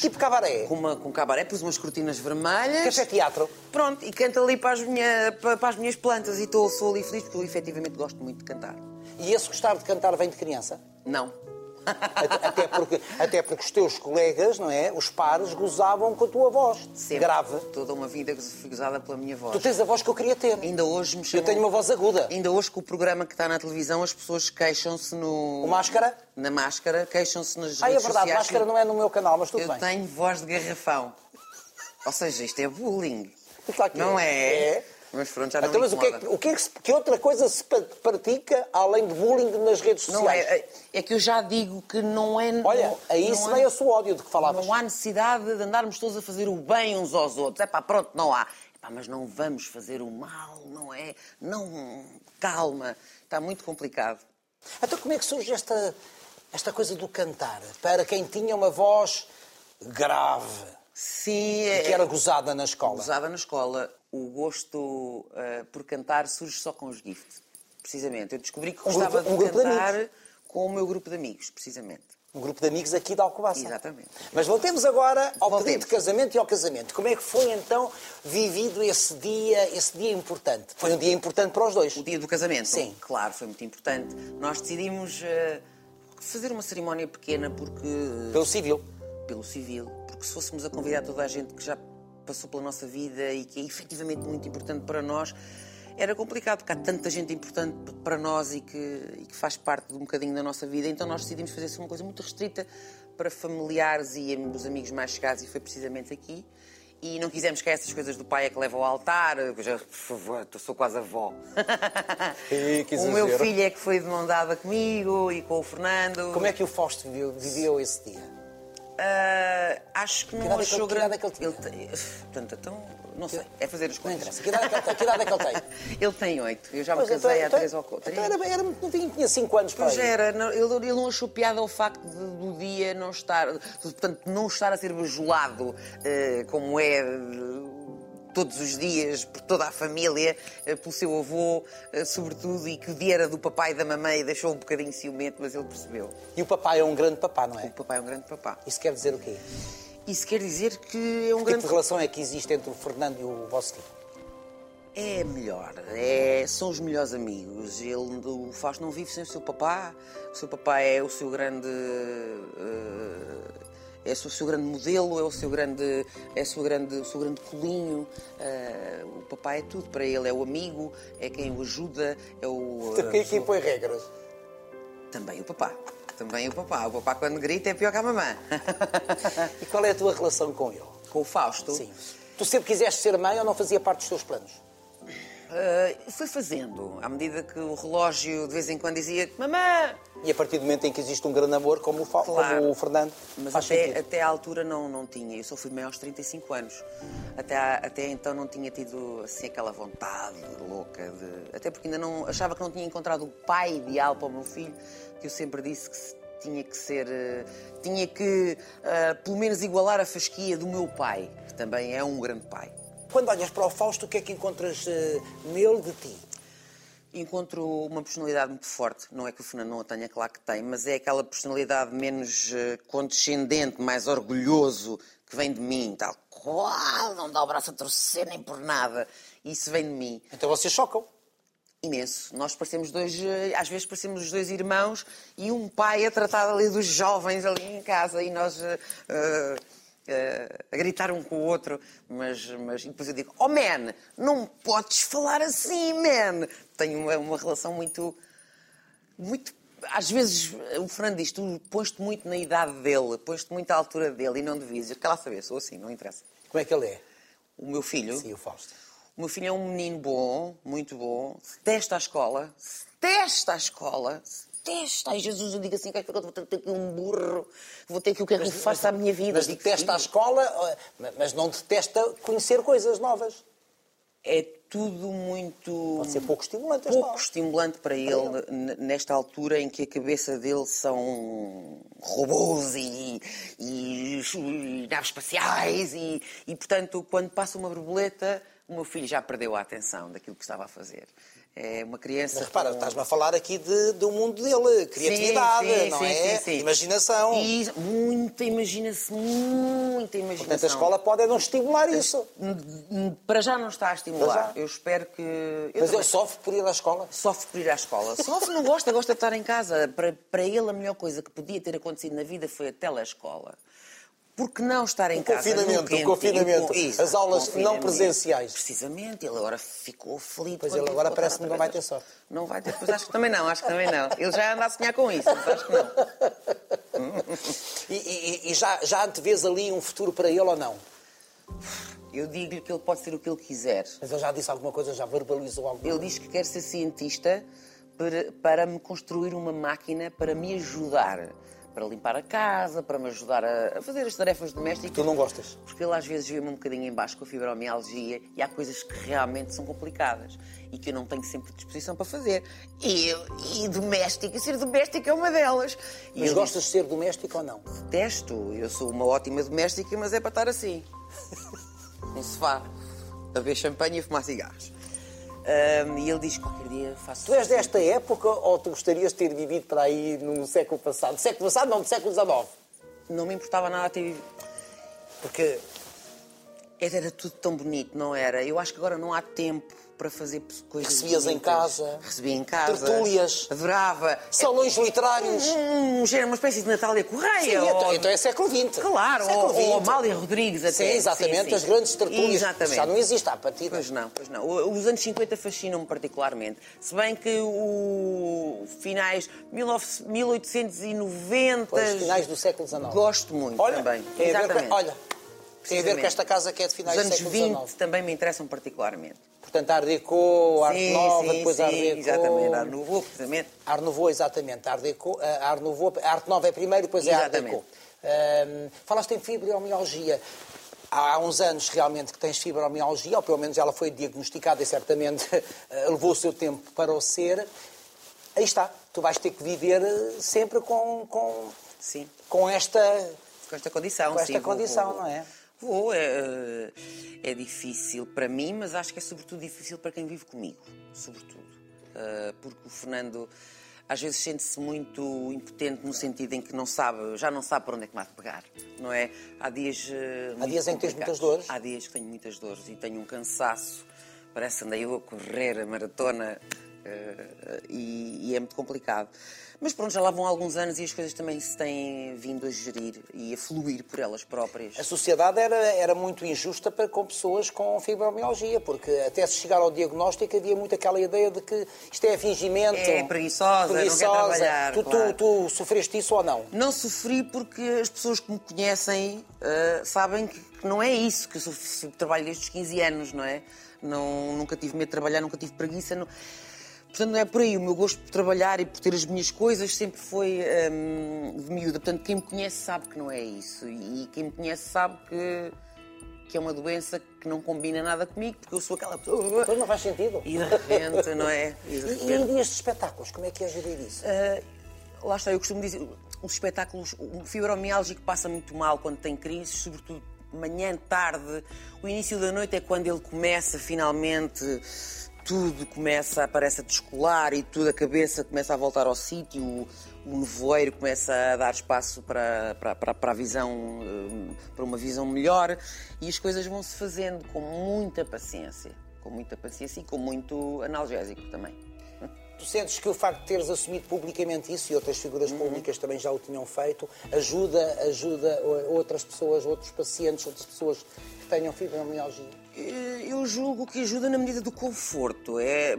Speaker 1: (laughs) tipo cabaré.
Speaker 2: com, uma, com um cabaré, pus umas cortinas vermelhas.
Speaker 1: Este é teatro.
Speaker 2: Pronto, e canto ali para as, minha- pa- para as minhas plantas e estou, sou ali feliz porque eu efetivamente gosto muito de cantar.
Speaker 1: E esse gostar de cantar vem de criança?
Speaker 2: Não.
Speaker 1: Até até porque, até porque os teus colegas, não é? Os pares gozavam com a tua voz.
Speaker 2: Sempre.
Speaker 1: Grave.
Speaker 2: Toda uma vida que fui gozada pela minha voz.
Speaker 1: Tu tens a voz que eu queria ter.
Speaker 2: Ainda hoje me
Speaker 1: Eu
Speaker 2: chamam...
Speaker 1: tenho uma voz aguda.
Speaker 2: Ainda hoje com o programa que está na televisão as pessoas queixam-se no...
Speaker 1: O máscara?
Speaker 2: Na máscara, queixam-se nas
Speaker 1: Ah, é
Speaker 2: redes
Speaker 1: verdade,
Speaker 2: sociais.
Speaker 1: máscara não é no meu canal, mas tudo
Speaker 2: Eu
Speaker 1: bem.
Speaker 2: tenho voz de garrafão. Ou seja, isto é bullying.
Speaker 1: Claro que
Speaker 2: não é?
Speaker 1: É.
Speaker 2: Mas pronto, já não
Speaker 1: Então,
Speaker 2: me
Speaker 1: mas o que, é que,
Speaker 2: incomoda.
Speaker 1: o que, é que, se- que outra coisa se pa- pratica além de bullying nas redes sociais?
Speaker 2: Não é, é- é que eu já digo que não é...
Speaker 1: Olha,
Speaker 2: não-
Speaker 1: aí
Speaker 2: não
Speaker 1: se
Speaker 2: é-
Speaker 1: veio esse ódio de que falavas.
Speaker 2: Não há necessidade de andarmos todos a fazer o bem uns aos outros. É pá, pronto, não há. Epá, mas não vamos fazer o mal, não é? Não. Calma. Está muito complicado.
Speaker 1: Então como é que surge esta, esta coisa do cantar? Para quem tinha uma voz grave,
Speaker 2: Sim,
Speaker 1: e
Speaker 2: é.
Speaker 1: que era gozada na escola.
Speaker 2: Usava na escola. O gosto eh, por cantar surge só com os gift. Precisamente. Eu descobri que
Speaker 1: Um grupo-
Speaker 2: gostava
Speaker 1: um
Speaker 2: de
Speaker 1: grupo de
Speaker 2: cantar com o meu grupo de amigos, precisamente.
Speaker 1: Um grupo de amigos aqui de Alcobaça.
Speaker 2: Exatamente.
Speaker 1: Mas voltemos agora ao
Speaker 2: Voltemos.
Speaker 1: pedido de casamento e ao casamento. Como é que foi então vivido esse dia, esse dia importante? Foi um dia importante para os dois.
Speaker 2: O dia do casamento?
Speaker 1: Sim.
Speaker 2: Claro, foi muito importante. Nós decidimos eh, fazer uma cerimónia pequena porque
Speaker 1: Pelo civil.
Speaker 2: pelo civil, porque se fôssemos a convidar toda a gente que já passou pela nossa vida e que é efetivamente muito importante para nós, era complicado, porque há tanta gente importante p- para nós e que, e que faz parte de um bocadinho da nossa vida, então nós decidimos fazer assim uma coisa muito restrita para familiares e am- os amigos mais chegados, e foi precisamente aqui. E não quisemos que essas coisas do pai é que leva ao altar, eu já, por favor, eu sou quase avó.
Speaker 1: Ih, que
Speaker 2: (laughs) o meu
Speaker 1: exagero.
Speaker 2: filho é que foi de mão dada comigo e com o Fernando.
Speaker 1: Como é que o Fausto viveu, viveu esse dia?
Speaker 2: Ah, acho que não
Speaker 1: Que idade é que
Speaker 2: achou
Speaker 1: ele- que idade
Speaker 2: grande.
Speaker 1: é que ele tinha?
Speaker 2: te- Portanto, então, não sei. É fazer as
Speaker 1: Não
Speaker 2: contas.
Speaker 1: interessa. Que idade é que ele tem? Que idade é que ele tem?
Speaker 2: (laughs) Ele tem oito. Eu já me
Speaker 1: Pois,
Speaker 2: casei há três ou
Speaker 1: então
Speaker 2: quatro.
Speaker 1: era, bem- era muito novinho, tinha 5 anos para
Speaker 2: Pois é.
Speaker 1: aí.
Speaker 2: era, não, ele, ele não achou piada ao facto de- do dia não estar, de, portanto, não estar a ser bajulado eh, como é eh, todos os dias por toda a família, eh, pelo seu avô, eh, sobretudo, e que o dia era do papai e da mamãe e deixou um bocadinho ciumento, mas ele percebeu.
Speaker 1: E o papai é um grande papá, não
Speaker 2: O
Speaker 1: é?
Speaker 2: papai é um grande papá.
Speaker 1: Isso quer dizer o quê?
Speaker 2: Isso quer dizer que é um
Speaker 1: Que tipo
Speaker 2: grande
Speaker 1: de relação é que existe entre o Fernando e o vosso tio?
Speaker 2: É melhor, é- são os melhores amigos. Ele, o Fausto não vive sem o seu papá. O seu papá é o seu grande. eh, é o seu grande modelo, é o seu grande, é o seu grande, o seu grande colinho. Eh, o papá é tudo para ele, é o amigo, é quem o ajuda, é o.
Speaker 1: (laughs)
Speaker 2: eh,
Speaker 1: Quem aqui põe regras?
Speaker 2: Também o papá. Também o papá. O papá quando grita é pior que a mamã.
Speaker 1: E qual é a tua relação com ele?
Speaker 2: Com o Fausto.
Speaker 1: Sim. Tu sempre quiseste ser mãe ou não fazia parte dos teus planos?
Speaker 2: eh, foi fazendo, à medida que o relógio de vez em quando dizia: Mamã,
Speaker 1: E a partir do momento em que existe um grande amor, como o, Fa-
Speaker 2: Claro.
Speaker 1: como o Fernando,
Speaker 2: Mas
Speaker 1: faz
Speaker 2: até,
Speaker 1: sentido.
Speaker 2: até à altura não, não tinha, eu só fui mãe aos 35 anos. Até, à- até então não tinha tido assim aquela vontade louca de. Até porque ainda não achava que não tinha encontrado o pai ideal para o meu filho, que eu sempre disse que se- tinha que ser. eh, tinha que ah, pelo menos igualar a fasquia do meu pai, que também é um grande pai.
Speaker 1: Quando olhas para o Fausto, o que é que encontras eh, nele de ti?
Speaker 2: Encontro uma personalidade muito forte. Não é que o Fernando não a tenha, claro que tem, mas é aquela personalidade menos eh, condescendente, mais orgulhoso, que vem de mim, tal qual, não dá o braço a torcer nem por nada. Isso vem de mim.
Speaker 1: Então vocês chocam.
Speaker 2: Imenso. Nós parecemos dois, eh, às vezes parecemos os dois irmãos e um pai a tratar ali dos jovens ali em casa e nós eh, eh, eh, a gritar um com o outro. Mas, mas e depois eu digo, oh man, não podes falar assim, man. Tenho uma, uma relação muito, muito... Às vezes eh, o Fernando diz, tu pões-te muito na idade dele, pões-te muito à altura dele e não devias. Cala a saber, sou assim, não interessa.
Speaker 1: Como é que ele é?
Speaker 2: O meu filho...
Speaker 1: Sim, o Fausto.
Speaker 2: O meu filho é um menino bom, muito bom, testa a escola, testa a escola, testa. Ai, Jesus, eu digo assim, "Ai, que eu vou ter aqui um burro, vou ter aqui o que é que eu faço à minha vida.
Speaker 1: Mas
Speaker 2: Digo,
Speaker 1: detesta a
Speaker 2: "Sim."
Speaker 1: escola, eh, ma- mas não detesta conhecer coisas novas.
Speaker 2: É tudo muito...
Speaker 1: Pode ser pouco estimulante a
Speaker 2: pouco
Speaker 1: escola.
Speaker 2: estimulante para ele n- nesta altura em que a cabeça dele são robôs e, e- e naves espaciais e, e, portanto quando passa uma borboleta o meu filho já perdeu a atenção daquilo que estava a fazer. É uma criança.
Speaker 1: Mas repara,
Speaker 2: com-
Speaker 1: estás-me a falar aqui de, do mundo dele, criatividade,
Speaker 2: Sim, sim,
Speaker 1: não
Speaker 2: sim,
Speaker 1: é?
Speaker 2: sim, sim.
Speaker 1: Imaginação.
Speaker 2: E muita imaginação, muita imaginação.
Speaker 1: Portanto, a escola pode é não estimular isso.
Speaker 2: N- n- Para já não está a
Speaker 1: Para
Speaker 2: estimular.
Speaker 1: já.
Speaker 2: Eu espero que. eu
Speaker 1: Mas
Speaker 2: também-
Speaker 1: ele sofre por ir à escola.
Speaker 2: sofre por ir à (laughs) escola. Sofre, não gosta, gosta de estar em casa. Para, para ele, a melhor coisa que podia ter acontecido na vida foi a telescola. Porque não estar em
Speaker 1: O
Speaker 2: casa?
Speaker 1: confinamento,
Speaker 2: no quente,
Speaker 1: o confinamento,
Speaker 2: e com-
Speaker 1: as aulas
Speaker 2: confinamento.
Speaker 1: não presenciais.
Speaker 2: Precisamente, ele agora ficou aflito.
Speaker 1: Pois
Speaker 2: quando
Speaker 1: ele agora
Speaker 2: voltar
Speaker 1: parece-me que não vai
Speaker 2: outra
Speaker 1: ter sorte.
Speaker 2: Não vai ter, pois acho que também não, acho que também não. Ele já anda a sonhar com isso, mas acho que não.
Speaker 1: E, e- e já, já antevês ali um futuro para ele ou não?
Speaker 2: Eu digo-lhe que ele pode ser o que ele quiser.
Speaker 1: Mas eu já disse alguma coisa, já verbalizou alguma
Speaker 2: Ele diz que quer ser cientista para, para me construir uma máquina para me ajudar. Para limpar a casa, para me ajudar a a fazer as tarefas domésticas.
Speaker 1: Tu não gostas?
Speaker 2: Porque ele às vezes vê-me um bocadinho em baixo com a fibromialgia e há coisas que realmente são complicadas e que eu não tenho sempre disposição para fazer. E, e doméstico, e ser doméstico é uma delas. E
Speaker 1: Mas
Speaker 2: eu
Speaker 1: gostas de ser doméstico ou não?
Speaker 2: disse, detesto, eu sou uma ótima doméstica, mas é para estar assim. (laughs) Num sofá, a ver champanhe e a fumar cigarros. Ahm, e ele diz que qualquer dia faço...
Speaker 1: Tu és desta época ou tu gostarias de ter vivido para aí no século passado? Século passado, não, do século XIX.
Speaker 2: Não me importava nada ter... Porque era era tudo tão bonito, não era? Eu acho que agora não há tempo para fazer coisas
Speaker 1: Recebias em
Speaker 2: bonitas.
Speaker 1: casa.
Speaker 2: Recebia em casa.
Speaker 1: Tertúlias.
Speaker 2: Adorava.
Speaker 1: Salões literários.
Speaker 2: Um, um género, uma espécie de Natália Correia.
Speaker 1: Sim, então,
Speaker 2: ou-
Speaker 1: então é século XX.
Speaker 2: Claro,
Speaker 1: século
Speaker 2: ou, ou
Speaker 1: XX.
Speaker 2: Amália Rodrigues até.
Speaker 1: Sim, exatamente,
Speaker 2: sim.
Speaker 1: as grandes tertúlias.
Speaker 2: Exatamente.
Speaker 1: Já não existe à partida.
Speaker 2: Pois não, pois não. O- Os anos 50 fascinam-me particularmente. Se bem que o finais 19- 1890.
Speaker 1: Pois, finais do século XIX.
Speaker 2: Gosto muito
Speaker 1: olha,
Speaker 2: também.
Speaker 1: Tem a ver
Speaker 2: Exatamente.
Speaker 1: com, olha, tem a ver
Speaker 2: Precisamente.
Speaker 1: com esta casa que é de
Speaker 2: Os
Speaker 1: finais do
Speaker 2: anos
Speaker 1: século
Speaker 2: 20
Speaker 1: XIX.
Speaker 2: também me interessam particularmente.
Speaker 1: Portanto, Art Deco, Art
Speaker 2: sim,
Speaker 1: Nova,
Speaker 2: sim,
Speaker 1: depois
Speaker 2: sim,
Speaker 1: Art Deco.
Speaker 2: Exatamente, Art Nouveau, precisamente.
Speaker 1: Art Nouveau, exatamente. Art, Deco, eh, Art Nouveau, Art Nova é primeiro, depois é Art
Speaker 2: Exatamente.
Speaker 1: Deco. Ahm, falaste em fibromialgia. Há uns anos realmente que tens fibromialgia, ou pelo menos ela foi diagnosticada e certamente eh, levou o seu tempo para o ser. Aí está, tu vais ter que viver eh, sempre com, com,
Speaker 2: Sim.
Speaker 1: com esta.
Speaker 2: Com esta condição,
Speaker 1: Com esta
Speaker 2: sim, vou-
Speaker 1: condição,
Speaker 2: vou-
Speaker 1: não é?
Speaker 2: Vou, é, é difícil para mim, mas acho que é sobretudo difícil para quem vive comigo, sobretudo. Eh, porque o Fernando às vezes sente-se muito impotente no sentido em que não sabe, já não sabe para onde é que me há de pegar, não é? Há dias. eh, muito
Speaker 1: dias em que tens
Speaker 2: complicados.
Speaker 1: muitas dores?
Speaker 2: Há dias que tenho muitas dores e tenho um cansaço. Parece que andei eu a correr a maratona eh, e, e é muito complicado. Mas pronto, já lá vão alguns anos e as coisas também se têm vindo a gerir e a fluir por elas próprias.
Speaker 1: A sociedade era, era muito injusta para, com pessoas com fibromialgia, porque até se chegar ao diagnóstico havia muito aquela ideia de que isto é fingimento.
Speaker 2: É preguiçosa, não quer trabalhar,
Speaker 1: Tu, tu-
Speaker 2: claro.
Speaker 1: tu sofreste isso ou não?
Speaker 2: Não sofri porque as pessoas que me conhecem ah, sabem que, que não é isso, que eu sou, sou- trabalho desde os 15 anos, não é? Não, nunca tive medo de trabalhar, nunca tive preguiça. não- Portanto, não é por aí. O meu gosto por trabalhar e por ter as minhas coisas sempre foi hum, de miúda. Portanto, quem me conhece sabe que não é isso. E quem me conhece sabe que, que é uma doença que não combina nada comigo, porque eu sou aquela pessoa.
Speaker 1: Pois Então não faz sentido.
Speaker 2: E
Speaker 1: (laughs)
Speaker 2: de repente, não é? E de
Speaker 1: E,
Speaker 2: repente.
Speaker 1: e em dias de espetáculos, como é que é gerir isso?
Speaker 2: Lá está, eu costumo dizer, um os espetáculos, o fibromialgico passa muito mal quando tem crises, sobretudo manhã, tarde. O início da noite é quando ele começa finalmente, tudo começa, parece a descolar e tudo, a cabeça começa a voltar ao sítio, o, o nevoeiro começa a dar espaço para, para, para, para a visão, hum, para uma visão melhor e as coisas vão-se fazendo com muita paciência, com muita paciência e com muito analgésico também.
Speaker 1: Tu sentes que o facto de teres assumido publicamente isso e outras figuras públicas também já o tinham feito, ajuda, ajuda o- outras pessoas, outros pacientes, outras pessoas que tenham fibromialgia?
Speaker 2: Eh, Eu julgo que ajuda na medida do conforto. É,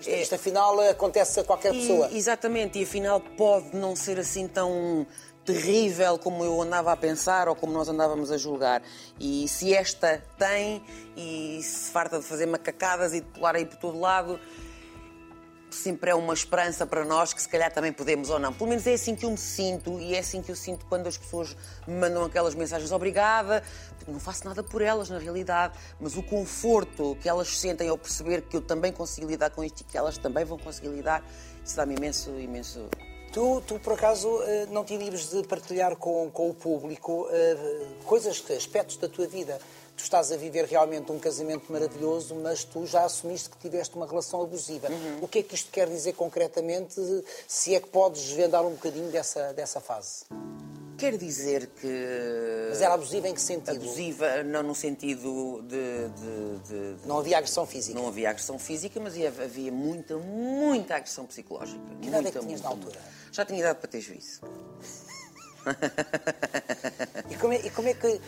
Speaker 1: Isto, isto, afinal acontece a qualquer
Speaker 2: e-
Speaker 1: pessoa.
Speaker 2: exatamente, e afinal pode não ser assim tão terrível como eu andava a pensar ou como nós andávamos a julgar. E se esta tem e se farta de fazer macacadas e de pular aí por todo lado, sempre é uma esperança para nós que se calhar também podemos ou não. Pelo menos é assim que eu me sinto e é assim que eu sinto quando as pessoas me mandam aquelas mensagens obrigada. Não faço nada por elas, na realidade, mas o conforto que elas sentem ao perceber que eu também consigo lidar com isto e que elas também vão conseguir lidar, isso dá-me imenso, imenso.
Speaker 1: Tu, tu, por acaso, eh, não te inibes de partilhar com, com o público eh, coisas, que- aspectos da tua vida. Tu estás a viver realmente um casamento maravilhoso, mas tu já assumiste que tiveste uma relação abusiva.
Speaker 2: Uhum.
Speaker 1: O que é que isto quer dizer concretamente? Se é que podes desvendar um bocadinho dessa, dessa fase?
Speaker 2: Quer dizer que. é
Speaker 1: Mas era abusiva em que sentido?
Speaker 2: Eh, Abusiva, não no sentido de- de- de- de
Speaker 1: Não havia agressão física.
Speaker 2: Não havia agressão física, mas ia- havia muita, muita agressão psicológica.
Speaker 1: Que idade
Speaker 2: muita,
Speaker 1: é que tinhas
Speaker 2: muita,
Speaker 1: na
Speaker 2: muita.
Speaker 1: altura?
Speaker 2: Já tinha idade para ter juízo.
Speaker 1: E como, é, e como é que.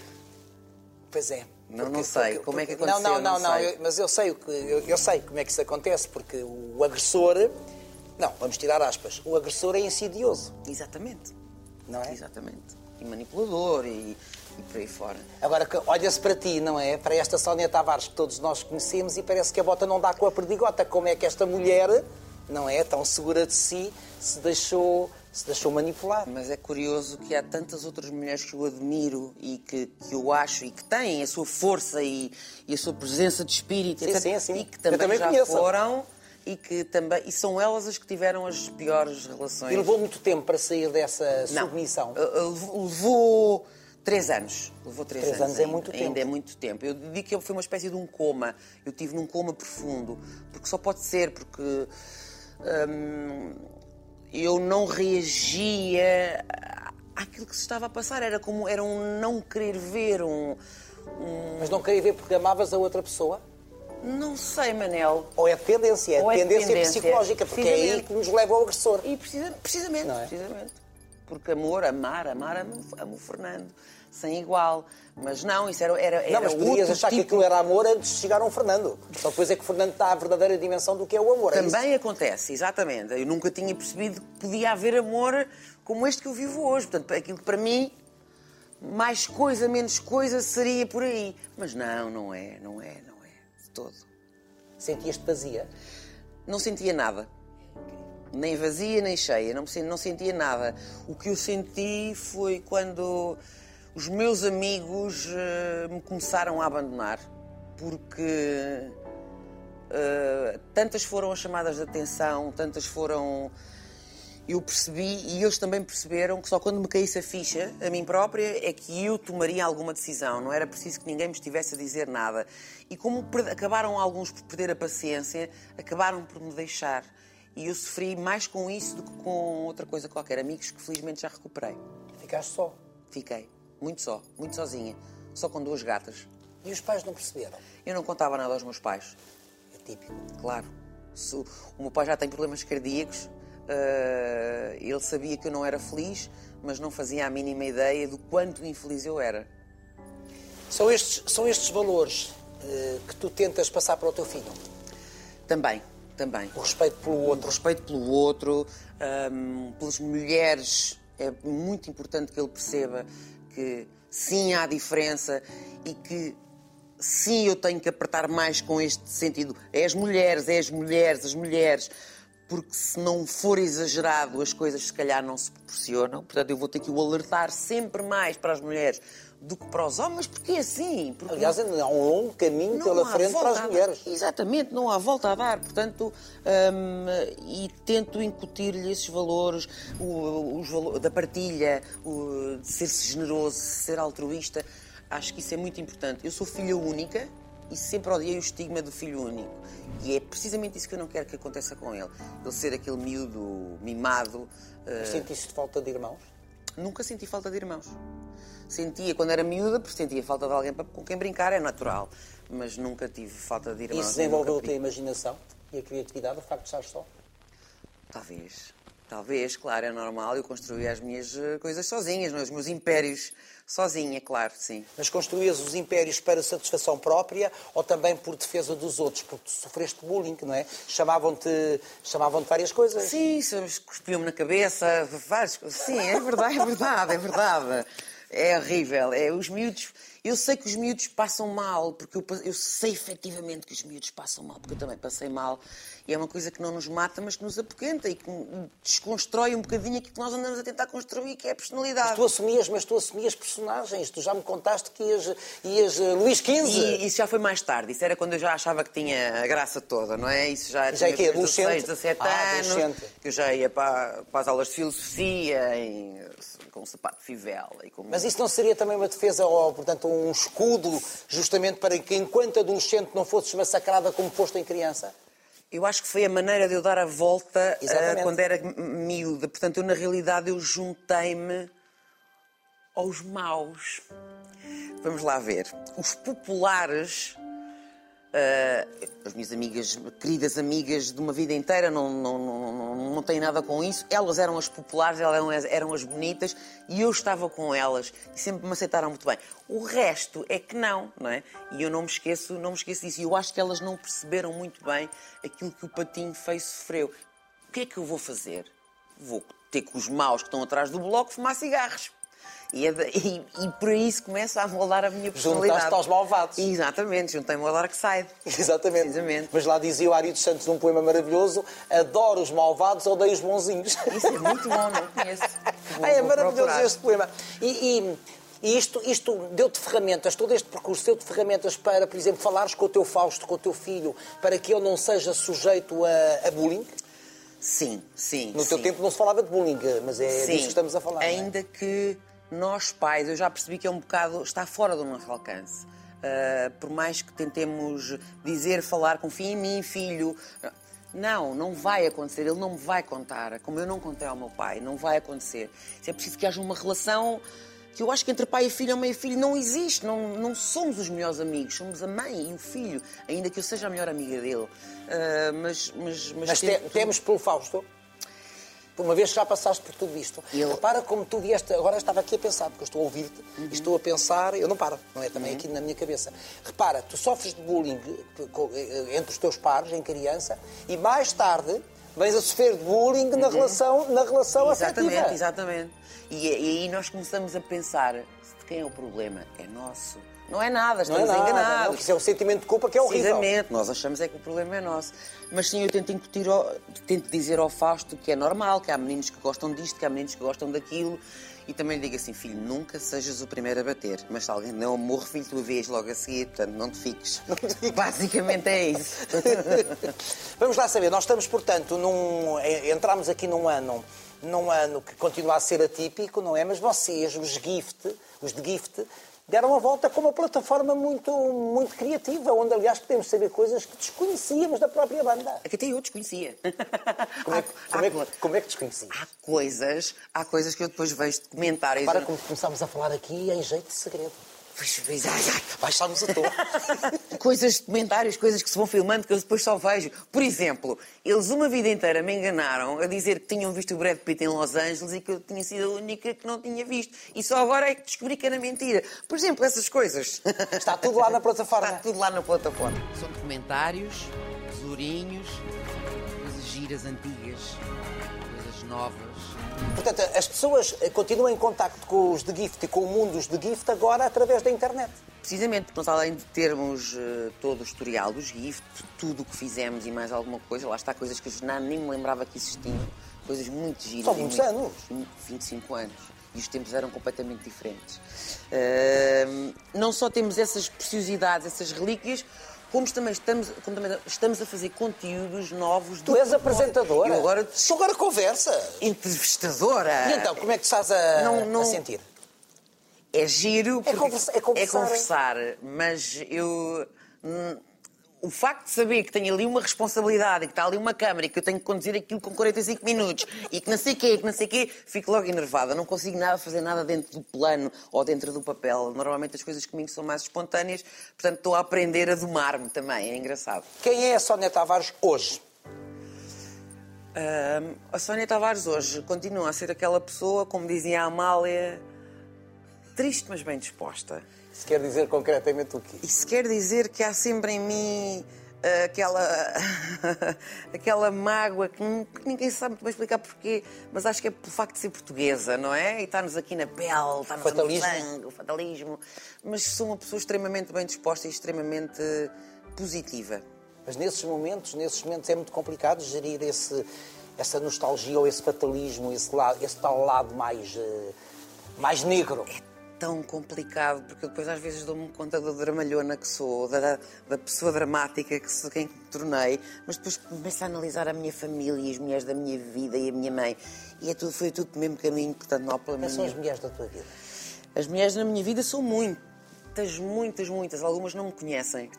Speaker 1: Pois é.
Speaker 2: Não, não sei. Como é que aconteceu?
Speaker 1: Não, não, não,
Speaker 2: Não
Speaker 1: não,
Speaker 2: sei.
Speaker 1: eu- mas eu sei, o que, eu, eu sei como é que isso acontece, porque o agressor. Não, vamos tirar aspas. O agressor é insidioso,
Speaker 2: Exatamente.
Speaker 1: não é?
Speaker 2: Exatamente. e manipulador e, e por aí fora.
Speaker 1: Agora, que olha-se para ti, não é? Para esta Sónia Tavares que todos nós conhecemos e parece que a bota não dá com a perdigota. Como é que esta mulher, não é? Tão segura de si, se deixou, se deixou manipular.
Speaker 2: Mas é curioso que há tantas outras mulheres que eu admiro e que, que eu acho e que têm a sua força e, e a sua presença de espírito
Speaker 1: Sim,
Speaker 2: etc.
Speaker 1: sim, sim.
Speaker 2: e que
Speaker 1: Eu
Speaker 2: também,
Speaker 1: também
Speaker 2: já
Speaker 1: conheço.
Speaker 2: foram e que também e são elas as que tiveram as piores relações.
Speaker 1: E levou muito tempo para sair dessa
Speaker 2: Não.
Speaker 1: submissão.
Speaker 2: Uh, uh, Levou, levou três anos. Levou três,
Speaker 1: Três anos é
Speaker 2: ainda.
Speaker 1: muito tempo.
Speaker 2: Ainda é muito tempo. Eu digo que foi uma espécie de um coma. Eu tive num coma profundo. Porque só pode ser, porque. hum, eu não reagia à- àquilo que se estava a passar. Era como era um não querer ver, um.
Speaker 1: Mas não queria ver porque amavas a outra pessoa?
Speaker 2: Não sei, Manel.
Speaker 1: Ou é tendência? É
Speaker 2: Ou é
Speaker 1: tendência,
Speaker 2: dependência,
Speaker 1: psicológica, porque é aí
Speaker 2: precisamente.
Speaker 1: que nos leva ao agressor.
Speaker 2: E precisa, precisamente,
Speaker 1: Não é?
Speaker 2: precisamente. Porque amor, amar, amar, amo, amo o Fernando, sem igual. Mas não, isso era, era, era
Speaker 1: Não, mas podias
Speaker 2: outro
Speaker 1: achar que
Speaker 2: tipo.
Speaker 1: aquilo era amor antes de chegar a um Fernando. Só depois é que o Fernando está à verdadeira dimensão do que é o amor. é isso?
Speaker 2: Também acontece, exatamente. Eu nunca tinha percebido que podia haver amor como este que eu vivo hoje. Portanto, aquilo que para mim, mais coisa, menos coisa, seria por aí. Mas não, não é, não é, não é. De todo.
Speaker 1: Sentias-te vazia.
Speaker 2: Não sentia nada. Nem vazia, nem cheia. Não, me sen- não sentia nada. O que eu senti foi quando os meus amigos eh, me começaram a abandonar. Porque eh, tantas foram as chamadas de atenção, tantas foram. Eu percebi e eles também perceberam que só quando me caísse a ficha, a mim própria, é que eu tomaria alguma decisão. Não era preciso que ninguém me estivesse a dizer nada. E como per- acabaram alguns por perder a paciência, acabaram por me deixar. E eu sofri mais com isso do que com outra coisa qualquer. Amigos que felizmente já recuperei.
Speaker 1: Ficaste só.
Speaker 2: Fiquei muito só, muito sozinha, só com duas gatas.
Speaker 1: E os pais não perceberam.
Speaker 2: Eu não contava nada aos meus pais.
Speaker 1: É típico.
Speaker 2: Claro. Se o o meu pai já tem problemas cardíacos. eh, ele sabia que eu não era feliz, mas não fazia a mínima ideia do quanto infeliz eu era.
Speaker 1: São estes, são estes valores eh, que tu tentas passar para o teu filho.
Speaker 2: Também, também.
Speaker 1: O respeito pelo
Speaker 2: O
Speaker 1: outro.
Speaker 2: respeito pelo outro, ahm, pelas mulheres, é muito importante que ele perceba que sim há diferença e que sim eu tenho que apertar mais com este sentido. É as mulheres, é as mulheres, as mulheres. Porque se não for exagerado, as coisas se calhar não se proporcionam. Portanto, eu vou ter que o alertar sempre mais para as mulheres do que para os homens, porque é assim. Porque
Speaker 1: Aliás, ainda há um longo caminho pela
Speaker 2: há
Speaker 1: frente para
Speaker 2: volta
Speaker 1: as
Speaker 2: a dar.
Speaker 1: mulheres.
Speaker 2: Exatamente, não há volta a dar. Portanto, hum, e tento incutir-lhe esses valores, o- os valo- da partilha, o- de ser-se generoso, de ser altruísta. Acho que isso é muito importante. Eu sou filha única e sempre odiei o estigma do filho único. E é precisamente isso que eu não quero que aconteça com ele. Ele ser aquele miúdo mimado, eh,
Speaker 1: Sentiste falta de irmãos?
Speaker 2: Nunca senti falta de irmãos. Sentia quando era miúda, porque sentia falta de alguém para- com quem brincar, é natural. Mas nunca tive falta de irmãos.
Speaker 1: Isso
Speaker 2: nem
Speaker 1: desenvolveu a
Speaker 2: nunca
Speaker 1: tua
Speaker 2: pedi.
Speaker 1: imaginação e a criatividade, o facto de estar só.
Speaker 2: Talvez. Talvez, claro, é normal. Eu construí as minhas eh, coisas sozinhas, não é? os meus impérios sozinha, claro, sim.
Speaker 1: Mas construías os impérios para satisfação própria ou também por defesa dos outros? Porque tu sofreste bullying, não é? Chamavam-te chamavam várias coisas.
Speaker 2: Sim, sabes, cuspiu-me na cabeça, várias coisas. Sim, é verdade, é verdade, é verdade. É horrível. É, os miúdos. Eu sei que os miúdos passam mal, porque eu, pa- eu sei efetivamente que os miúdos passam mal, porque eu também passei mal. E é uma coisa que não nos mata, mas que nos apoquenta e que desconstrói um bocadinho aquilo que nós andamos a tentar construir, que é a personalidade.
Speaker 1: Tu assumias, mas tu assumias personagens. Tu já me contaste que ias, ias eh, Luís XV.
Speaker 2: E isso já foi mais tarde, isso era quando eu já achava que tinha a graça toda, não é? Isso já,
Speaker 1: Já
Speaker 2: tinha
Speaker 1: que é
Speaker 2: os meus 16,
Speaker 1: adolescente?
Speaker 2: 17
Speaker 1: Ah,
Speaker 2: anos,
Speaker 1: adolescente.
Speaker 2: que eu já ia para, para as aulas de filosofia em- com um sapato de fivela e com um
Speaker 1: Mas isso não seria também uma defesa ou, portanto, um escudo justamente para que, enquanto adolescente, não fosses massacrada como foste em
Speaker 2: (laughs)
Speaker 1: criança?
Speaker 2: Eu acho que foi a maneira de eu dar a volta ah,
Speaker 1: Exatamente.
Speaker 2: quando era mi- miúda. Portanto, eu, na realidade, eu juntei-me aos maus. Vamos lá ver. Os populares, ah, as minhas amigas, queridas amigas de uma vida inteira, não, não, não, não, não têm nada com isso. Elas eram as populares, elas eram as, eram as bonitas e eu estava com elas e sempre me aceitaram muito bem. O resto é que não, não é? E eu não me esqueço, não me esqueço disso. E eu acho que elas não perceberam muito bem aquilo que o patinho feio sofreu. O que é que eu vou fazer? Vou ter com os maus que estão atrás do bloco fumar cigarros. E, é da- e- e por isso começa a moldar a minha personalidade.
Speaker 1: Juntaste aos malvados.
Speaker 2: Exatamente, juntei-me ao Dark Side.
Speaker 1: Exatamente.
Speaker 2: Precisamente.
Speaker 1: Mas lá dizia o Ari dos Santos num poema maravilhoso: Adoro os malvados, odeio os
Speaker 2: (laughs)
Speaker 1: bonzinhos.
Speaker 2: Isso é muito bom, não conheço. Vou-
Speaker 1: Ah, é
Speaker 2: vou
Speaker 1: maravilhoso
Speaker 2: procurar.
Speaker 1: este poema. E, e- e isto, isto deu-te ferramentas, todo este percurso deu-te ferramentas para, por exemplo, falares com o teu Fausto, com o teu filho, para que ele não seja sujeito a, a bullying.
Speaker 2: Sim, sim.
Speaker 1: No teu
Speaker 2: sim.
Speaker 1: tempo não se falava de bullying, mas é
Speaker 2: Sim,
Speaker 1: disso que estamos a falar. não é?
Speaker 2: Ainda que nós pais, eu já percebi que é um bocado está fora do nosso alcance. Ah, por mais que tentemos dizer, falar, confia em mim, filho. Não, não vai acontecer, ele não me vai contar, como eu não contei ao meu pai, não vai acontecer. Se é preciso que haja uma relação que eu acho que entre pai e filho, mãe e filho, não existe, não, não somos os melhores amigos, somos a mãe e o filho, ainda que eu seja a melhor amiga dele. Ah, mas, mas, mas,
Speaker 1: Mas te-
Speaker 2: tento-
Speaker 1: temos pelo Fausto, por uma vez que já passaste por tudo isto,
Speaker 2: E ele-
Speaker 1: repara como tu vieste. Agora eu estava aqui a pensar, porque eu estou a ouvir-te
Speaker 2: Uhum.
Speaker 1: e estou a pensar, eu não paro, não é? Também aqui na minha cabeça. Repara, tu sofres de bullying eh, co- eh, entre os teus pares, em criança, e mais tarde vens a sofrer de bullying na relação, na relação
Speaker 2: Uhum. Exatamente,
Speaker 1: afetiva.
Speaker 2: exatamente. E, e aí nós começamos a pensar: de quem é o problema? É nosso. Não é nada,
Speaker 1: Não é
Speaker 2: estamos
Speaker 1: nada, não,
Speaker 2: enganados.
Speaker 1: isso é um sentimento de culpa que é horrível.
Speaker 2: Precisamente, nós achamos é que o problema é nosso. Mas sim, eu tento incutir, ao- tento dizer ao Fausto que é normal, que há meninos que gostam disto, que há meninos que gostam daquilo. E também lhe digo assim, filho, nunca sejas o primeiro a bater. Mas se alguém não morre, filho, tu vês logo a seguir, portanto, não te fiques. Basicamente é
Speaker 1: (laughs)
Speaker 2: isso.
Speaker 1: Vamos lá saber, nós estamos, portanto, num. eh, Entramos aqui num ano, num ano que continua a ser atípico, não é? Mas vocês, os Gift, os de Gift, deram a volta com uma plataforma muito, muito criativa, onde, aliás, podemos saber coisas que desconhecíamos da própria banda.
Speaker 2: É que até eu desconhecia.
Speaker 1: Como é, que-
Speaker 2: Há-
Speaker 1: como é,
Speaker 2: há-
Speaker 1: que- como é que desconhecíamos?
Speaker 2: há coisas, há coisas que eu depois vejo de comentários.
Speaker 1: Para como começámos a falar aqui é em jeito de segredo.
Speaker 2: Pois, pois, ai, ai.
Speaker 1: Baixámos a torre.
Speaker 2: (laughs) Coisas de comentários, coisas que se vão filmando que eu depois só vejo. Por exemplo, eles uma vida inteira me enganaram a dizer que tinham visto o Brad Pitt em Los Angeles e que eu tinha sido a única que não tinha visto. E só agora é que descobri que era mentira. Por exemplo, essas coisas.
Speaker 1: Está tudo lá na
Speaker 2: (laughs) Está
Speaker 1: plataforma.
Speaker 2: tudo lá na plataforma.
Speaker 4: São documentários, tesourinhos, coisas giras antigas, coisas novas.
Speaker 1: Portanto, as pessoas eh, continuam em contacto com os de Gift e com o mundo dos de Gift agora através da internet.
Speaker 2: Precisamente, porque nós além de termos eh, todo o historial dos GIF, tudo o que fizemos e mais alguma coisa, lá está coisas que eu já nem me lembrava que existiam, coisas muito giras.
Speaker 1: São
Speaker 2: e
Speaker 1: muitos anos.
Speaker 2: muito- 25 anos. E os tempos eram completamente diferentes. Ahm, não só temos essas preciosidades, essas relíquias, como também estamos, como também estamos a fazer conteúdos novos.
Speaker 1: Tu és apresentadora.
Speaker 2: Eu agora
Speaker 1: Tu agora conversa.
Speaker 2: entrevistadora.
Speaker 1: E então, como é que te estás a,
Speaker 2: Não, não.
Speaker 1: a sentir?
Speaker 2: É giro. porque
Speaker 1: conversa- é conversar.
Speaker 2: conversar, mas eu. hum, O facto de saber que tenho ali uma responsabilidade, e que está ali uma câmara e que eu tenho que conduzir aquilo com 45 minutos e que não sei quê, que não sei quê, fico logo enervada. Não consigo nada fazer nada dentro do plano ou dentro do papel. Normalmente as coisas comigo são mais espontâneas, portanto estou a aprender a domar-me também. É engraçado.
Speaker 1: Quem é a Sónia Tavares hoje?
Speaker 2: Ahm, a Sónia Tavares hoje continua a ser aquela pessoa, como dizia a Amália, triste mas bem disposta.
Speaker 1: Se quer dizer concretamente o quê?
Speaker 2: Isso quer dizer que há sempre em mim ah, aquela (laughs) aquela mágoa que, nin- que ninguém sabe muito bem explicar porquê, mas acho que é pelo facto de ser portuguesa, não é? E está-nos aqui na pele, está-nos no
Speaker 1: Fatalismo.
Speaker 2: sangue, o fatalismo. Mas sou uma pessoa extremamente bem disposta e extremamente positiva.
Speaker 1: Mas nesses momentos, nesses momentos é muito complicado gerir esse, essa nostalgia ou esse fatalismo, esse, lado, esse tal lado mais, eh, mais negro.
Speaker 2: tão complicado, porque eu depois às vezes dou-me conta da dramalhona que sou, da- da, da pessoa dramática que sou, quem me tornei, mas depois começo a analisar a minha família e as mulheres da minha vida e a minha mãe. E é tudo, foi tudo o mesmo caminho, portanto não há problema
Speaker 1: Quem são as
Speaker 2: nenhum.
Speaker 1: mulheres da tua vida?
Speaker 2: As mulheres na minha vida são muitas, muitas, muitas. Algumas não me conhecem.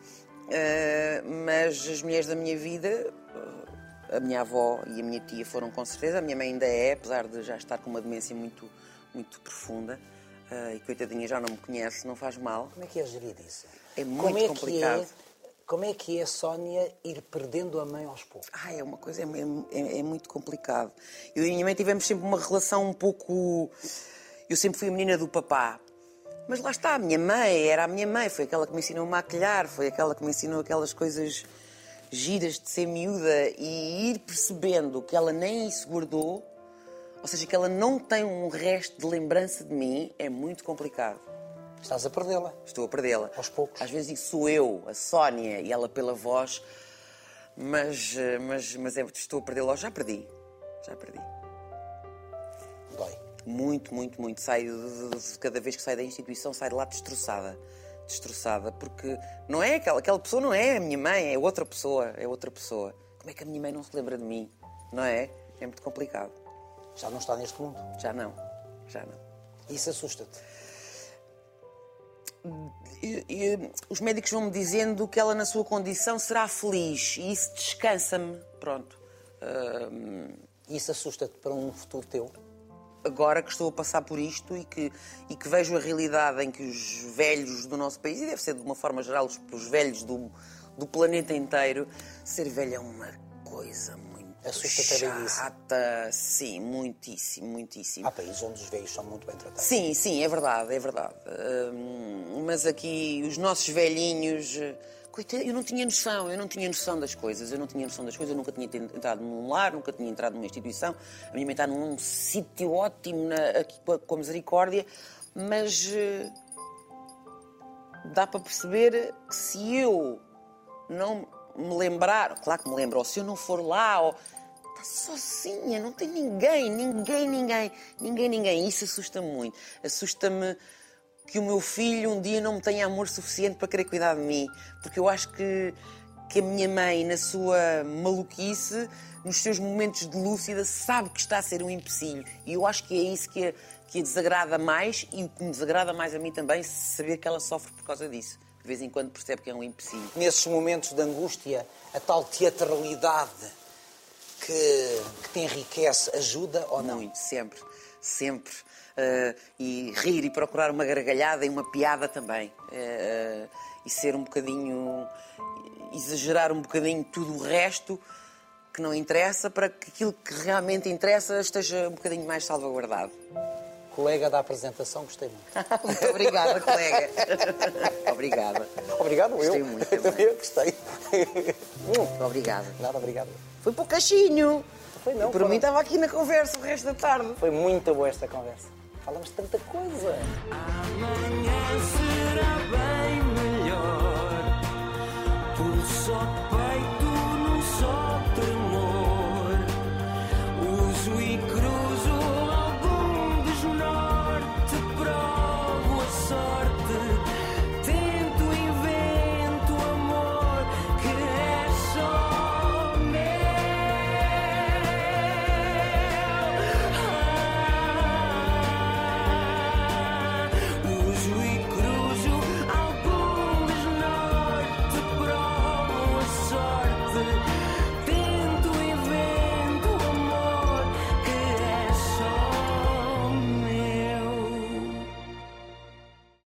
Speaker 2: Ah, mas as mulheres da minha vida, ah, a minha avó e a minha tia foram com certeza. A minha mãe ainda é, apesar de já estar com uma demência muito, muito profunda. Ah, e coitadinha já não me conhece, não faz mal.
Speaker 1: Como é que é gerir isso?
Speaker 2: É muito
Speaker 1: como é
Speaker 2: complicado.
Speaker 1: Que é, como é que é a Sónia ir perdendo a mãe aos poucos?
Speaker 2: Ah, é uma coisa, é, é- é muito complicado. Eu e a minha mãe tivemos sempre uma relação um pouco. Eu sempre fui a menina do papá. Mas lá está, a minha mãe, era a minha mãe, foi aquela que me ensinou a maquilhar, foi aquela que me ensinou aquelas coisas giras de ser miúda e ir percebendo que ela nem isso guardou Ou seja, que ela não tem um resto de lembrança de mim é muito complicado.
Speaker 1: Estás a perdê-la.
Speaker 2: Estou a perdê-la.
Speaker 1: Aos poucos.
Speaker 2: Às vezes digo sou eu, a Sónia, e ela pela voz, mas, eh, mas, mas é, estou a perdê-la. Já perdi. Já perdi.
Speaker 1: Dói.
Speaker 2: Muito, muito, muito. Saio de- de- de- cada vez que saio da instituição, saio de lá destroçada. Destroçada, porque não é aquela, aquela pessoa, não é a minha mãe, é outra pessoa, é outra pessoa. Como é que a minha mãe não se lembra de mim? Não é? É muito complicado.
Speaker 1: Já não está neste mundo.
Speaker 2: Já não, já não.
Speaker 1: Isso assusta-te.
Speaker 2: E- e hum, os médicos vão-me dizendo que ela, na sua condição, será feliz e isso descansa-me. Pronto. Ahm,
Speaker 1: Isso assusta-te para um futuro teu.
Speaker 2: agora que estou a passar por isto e que, e que vejo a realidade em que os velhos do nosso país, e deve ser de uma forma geral os, os velhos do, do planeta inteiro, ser velho é uma coisa muito
Speaker 1: Assusta-te a velhice.
Speaker 2: chata. Sim, muitíssimo, muitíssimo.
Speaker 1: Há países um onde os velhos são muito bem tratados.
Speaker 2: Sim, sim, é verdade, é verdade. Hum, mas aqui os nossos velhinhos. eh, Coitado, eu não tinha noção, eu não tinha noção das coisas, eu não tinha noção das coisas, eu nunca tinha ten- entrado num lar, nunca tinha entrado numa instituição. A minha mãe está num sítio ótimo na- aqui com a, com a misericórdia, mas eh, dá para perceber que se eu não me lembrar, claro que me lembro, ou se eu não for lá, ou está Tá sozinha, não tem ninguém, ninguém, ninguém, ninguém, ninguém. Isso assusta-me muito. Assusta-me que o meu filho um dia não me tenha amor suficiente para querer cuidar de mim, porque eu acho que que a minha mãe, na sua maluquice, nos seus momentos de lúcida, sabe que está a ser um empecilho. E eu acho que é isso que a, que a desagrada mais e o que me desagrada mais a mim também, saber que ela sofre por causa disso. De vez em quando percebe que é um empecilho.
Speaker 1: Nesses momentos de angústia, a tal teatralidade que, que te enriquece ajuda ou não?
Speaker 2: Muito, sempre, sempre. Eh, e rir e procurar uma gargalhada e uma piada também. Eh, eh, e ser um bocadinho. exagerar um bocadinho tudo o resto que não interessa para que aquilo que realmente interessa esteja um bocadinho mais salvaguardado.
Speaker 1: Colega da apresentação, gostei
Speaker 2: (laughs)
Speaker 1: muito.
Speaker 2: Muito obrigada, colega. (laughs) obrigada.
Speaker 1: Obrigado,
Speaker 2: Gostei
Speaker 1: eu.
Speaker 2: muito
Speaker 1: (laughs) eu
Speaker 2: também.
Speaker 1: também gostei.
Speaker 2: Muito obrigada.
Speaker 1: Nada, obrigado.
Speaker 2: Foi para o cachinho.
Speaker 1: Foi não,
Speaker 2: E por
Speaker 1: foram-
Speaker 2: mim estava aqui na conversa o resto da tarde.
Speaker 1: Foi muito boa esta conversa. Falamos de tanta coisa.
Speaker 3: Amanhã será bem melhor. Pulso ao peito num só tremor. é Ah.